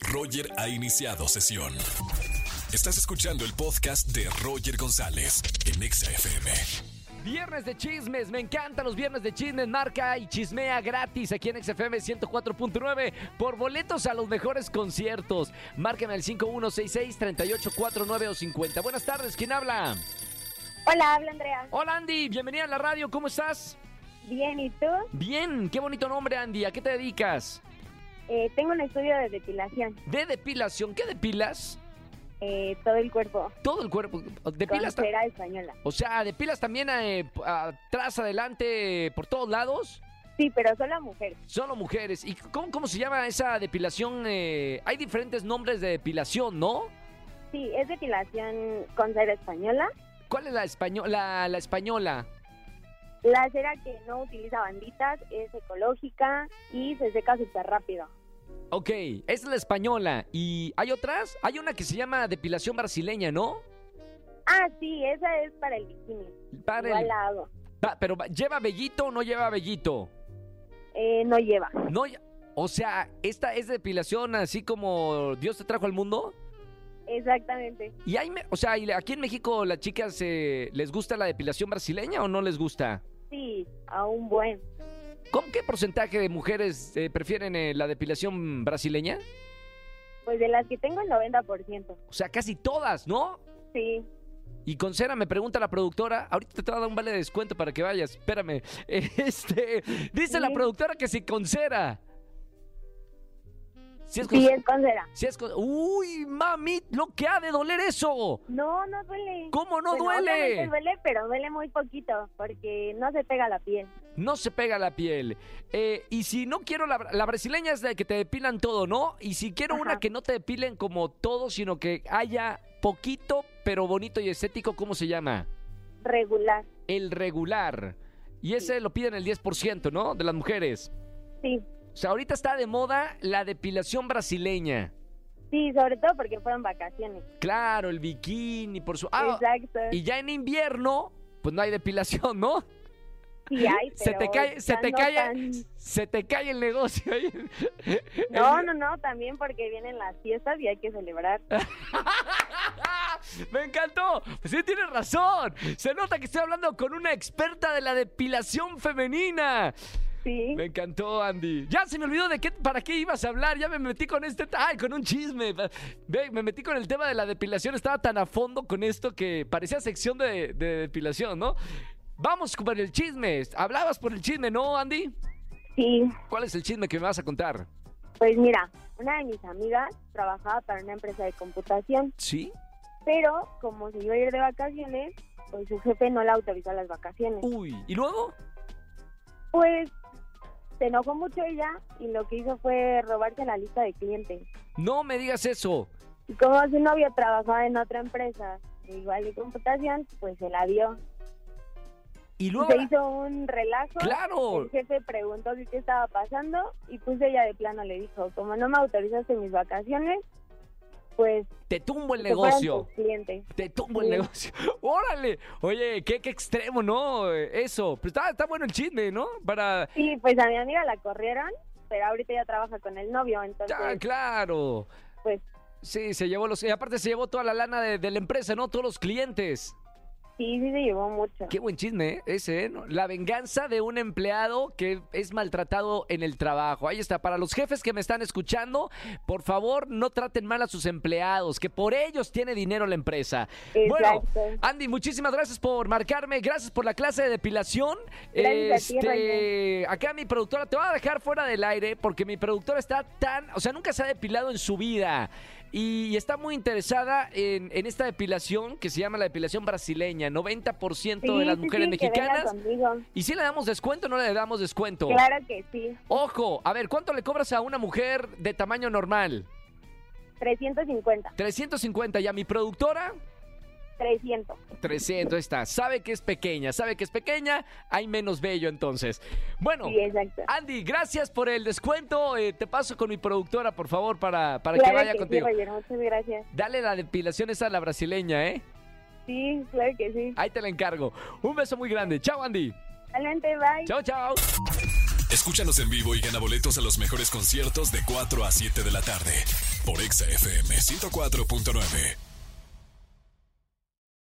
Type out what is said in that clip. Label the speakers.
Speaker 1: Roger ha iniciado sesión. Estás escuchando el podcast de Roger González en Exa FM.
Speaker 2: Viernes de chismes, me encantan los viernes de chismes, marca y chismea gratis aquí en XFM 104.9 por boletos a los mejores conciertos. Márqueme al 5166-3849 o 50. Buenas tardes, ¿quién habla?
Speaker 3: Hola, habla Andrea.
Speaker 2: Hola Andy, bienvenida a la radio, ¿cómo estás?
Speaker 3: Bien, ¿y tú?
Speaker 2: Bien, qué bonito nombre Andy, ¿a qué te dedicas?
Speaker 3: Eh, tengo un estudio de depilación,
Speaker 2: De depilación, ¿qué depilas?
Speaker 3: eh, todo el cuerpo,
Speaker 2: Todo el cuerpo,
Speaker 3: con
Speaker 2: depilas... ta-
Speaker 3: cera española.
Speaker 2: O sea, depilas también eh, atrás, adelante, por todos lados.
Speaker 3: Sí, pero solo a mujeres.
Speaker 2: Solo mujeres. ¿Y cómo, cómo se llama esa depilación? eh? Hay diferentes nombres de depilación, ¿no?
Speaker 3: Sí, es depilación con cera española.
Speaker 2: ¿Cuál es la española? La, la española.
Speaker 3: La cera que no utiliza banditas es ecológica y se seca súper rápido.
Speaker 2: Ok, esa es la española. ¿Y hay otras? Hay una que se llama depilación brasileña, ¿no?
Speaker 3: Ah, sí, esa es para el bikini.
Speaker 2: Para el-
Speaker 3: Igual la hago.
Speaker 2: Va, pero va- ¿lleva vellito o no lleva vellito?
Speaker 3: Eh, no lleva.
Speaker 2: No, lle- o sea, ¿esta es depilación así como Dios te trajo al mundo?
Speaker 3: Exactamente.
Speaker 2: Y hay, me- o sea, ¿y aquí en México las chicas eh, les gusta la depilación brasileña o no les gusta?
Speaker 3: Sí, a un buen.
Speaker 2: ¿Con qué porcentaje de mujeres eh, prefieren eh, la depilación brasileña?
Speaker 3: Pues de las que tengo el 90%.
Speaker 2: O sea, casi todas, ¿no?
Speaker 3: Sí.
Speaker 2: Y con cera me pregunta la productora, ahorita te va a dar un vale de descuento para que vayas, espérame. Este, dice la
Speaker 3: Sí.
Speaker 2: productora que si con cera. Si es con,
Speaker 3: Sí, es con cera.
Speaker 2: si es con- uy, mami, lo que ha de doler eso.
Speaker 3: No, no duele.
Speaker 2: ¿Cómo no
Speaker 3: Bueno, obviamente
Speaker 2: duele?
Speaker 3: Duele, pero duele muy poquito porque no se pega la piel.
Speaker 2: No se pega la piel. Eh, y si no quiero la, la brasileña es la que te depilan todo, ¿no? Y si quiero una
Speaker 3: Ajá.
Speaker 2: que no te depilen como todo, sino que haya poquito, pero bonito y estético, ¿cómo se llama?
Speaker 3: Regular,
Speaker 2: El regular. Y ese lo piden el 10%, ¿no? De las mujeres.
Speaker 3: sí.
Speaker 2: O sea, ahorita está de moda la depilación brasileña.
Speaker 3: Sí, sobre todo porque fueron vacaciones.
Speaker 2: Claro, el bikini, por su... Ah,
Speaker 3: Exacto.
Speaker 2: y ya en invierno, pues no hay depilación, ¿no?
Speaker 3: Sí, hay,
Speaker 2: se te
Speaker 3: pero
Speaker 2: cae, se
Speaker 3: ya
Speaker 2: te
Speaker 3: no
Speaker 2: cae,
Speaker 3: tan-
Speaker 2: se te cae el negocio ahí.
Speaker 3: No, no, no, también porque vienen las fiestas y hay que celebrar.
Speaker 2: Ah, Me encantó. Pues sí, tienes razón. Se nota que estoy hablando con una experta de la depilación femenina.
Speaker 3: Sí.
Speaker 2: Me encantó, Andy. Ya se me olvidó de qué, para qué ibas a hablar. Ya me metí con este. Ay, con un chisme. Ve, me metí con el tema de la depilación. Estaba tan a fondo con esto que parecía sección de, de depilación, ¿no? Vamos con el chisme. Hablabas por el chisme, ¿no, Andy?
Speaker 3: Sí,
Speaker 2: ¿Cuál es el chisme que me vas a contar?
Speaker 3: pues mira, una de mis amigas trabajaba para una empresa de computación,
Speaker 2: ¿Sí?
Speaker 3: pero como se iba a ir de vacaciones, pues su jefe no la autorizó a las vacaciones.
Speaker 2: Uy. ¿Y luego?
Speaker 3: Pues se enojó mucho ella y lo que hizo fue robarse la lista de clientes.
Speaker 2: No me digas eso.
Speaker 3: Y como su novio trabajaba en otra empresa, igual de computación, pues se la dio.
Speaker 2: Y
Speaker 3: Y
Speaker 2: luego.
Speaker 3: Se hizo un relajo.
Speaker 2: Claro.
Speaker 3: El jefe preguntó que qué estaba pasando y pues ella de plano le dijo, como no me autorizaste mis vacaciones, pues
Speaker 2: Te tumbo el
Speaker 3: que fueran
Speaker 2: negocio.
Speaker 3: tus clientes.
Speaker 2: Te tumbo el
Speaker 3: Sí.
Speaker 2: negocio. ¡Órale! Oye, qué, qué extremo, ¿no? Eso. Pero está, está bueno el chisme, ¿no? Para.
Speaker 3: Sí, pues a mi amiga la corrieron, pero ahorita ya trabaja con el novio, entonces
Speaker 2: Ah, claro.
Speaker 3: pues
Speaker 2: Sí, se llevó los. Y aparte se llevó toda la lana de, de la empresa, ¿no? Todos los clientes.
Speaker 3: sí, sí se llevó mucho.
Speaker 2: Qué buen chisme ¿eh? ese, ¿eh? ¿No? La venganza de un empleado que es maltratado en el trabajo. Ahí está. Para los jefes que me están escuchando, por favor, no traten mal a sus empleados, que por ellos tiene dinero la empresa. Bueno,
Speaker 3: Exacto.
Speaker 2: Andy, muchísimas gracias por marcarme, gracias por la clase de depilación.
Speaker 3: Gracias a ti,
Speaker 2: este, acá mi productora te va a dejar fuera del aire porque mi productora está tan, o sea, nunca se ha depilado en su vida y, está muy interesada en, en esta depilación que se llama la depilación brasileña, 90% de
Speaker 3: Sí,
Speaker 2: las mujeres
Speaker 3: sí, sí, que venga
Speaker 2: mexicanas.
Speaker 3: conmigo.
Speaker 2: ¿Y si le damos descuento o no le damos descuento?
Speaker 3: Claro que sí,
Speaker 2: Ojo, a ver, ¿cuánto le cobras a una mujer de tamaño normal?
Speaker 3: 350,
Speaker 2: 350 y a mi productora
Speaker 3: 300.
Speaker 2: 300, ahí está. Sabe que es pequeña, sabe que es pequeña, hay menos bello entonces. Bueno,
Speaker 3: Sí, exacto.
Speaker 2: Andy, gracias por el descuento. eh, te paso con mi productora, por favor, para, para que
Speaker 3: claro
Speaker 2: vaya
Speaker 3: que
Speaker 2: contigo.
Speaker 3: sí, Roger, muchas gracias.
Speaker 2: Dale la depilación esa a la brasileña, ¿eh?
Speaker 3: Sí, claro que sí.
Speaker 2: Ahí te la encargo. Un beso muy grande. Chao, Andy.
Speaker 3: Realmente, bye.
Speaker 2: Chao, chao.
Speaker 1: Escúchanos en vivo y gana boletos a los mejores conciertos de 4 a 7 de la tarde por Exa FM 104.9.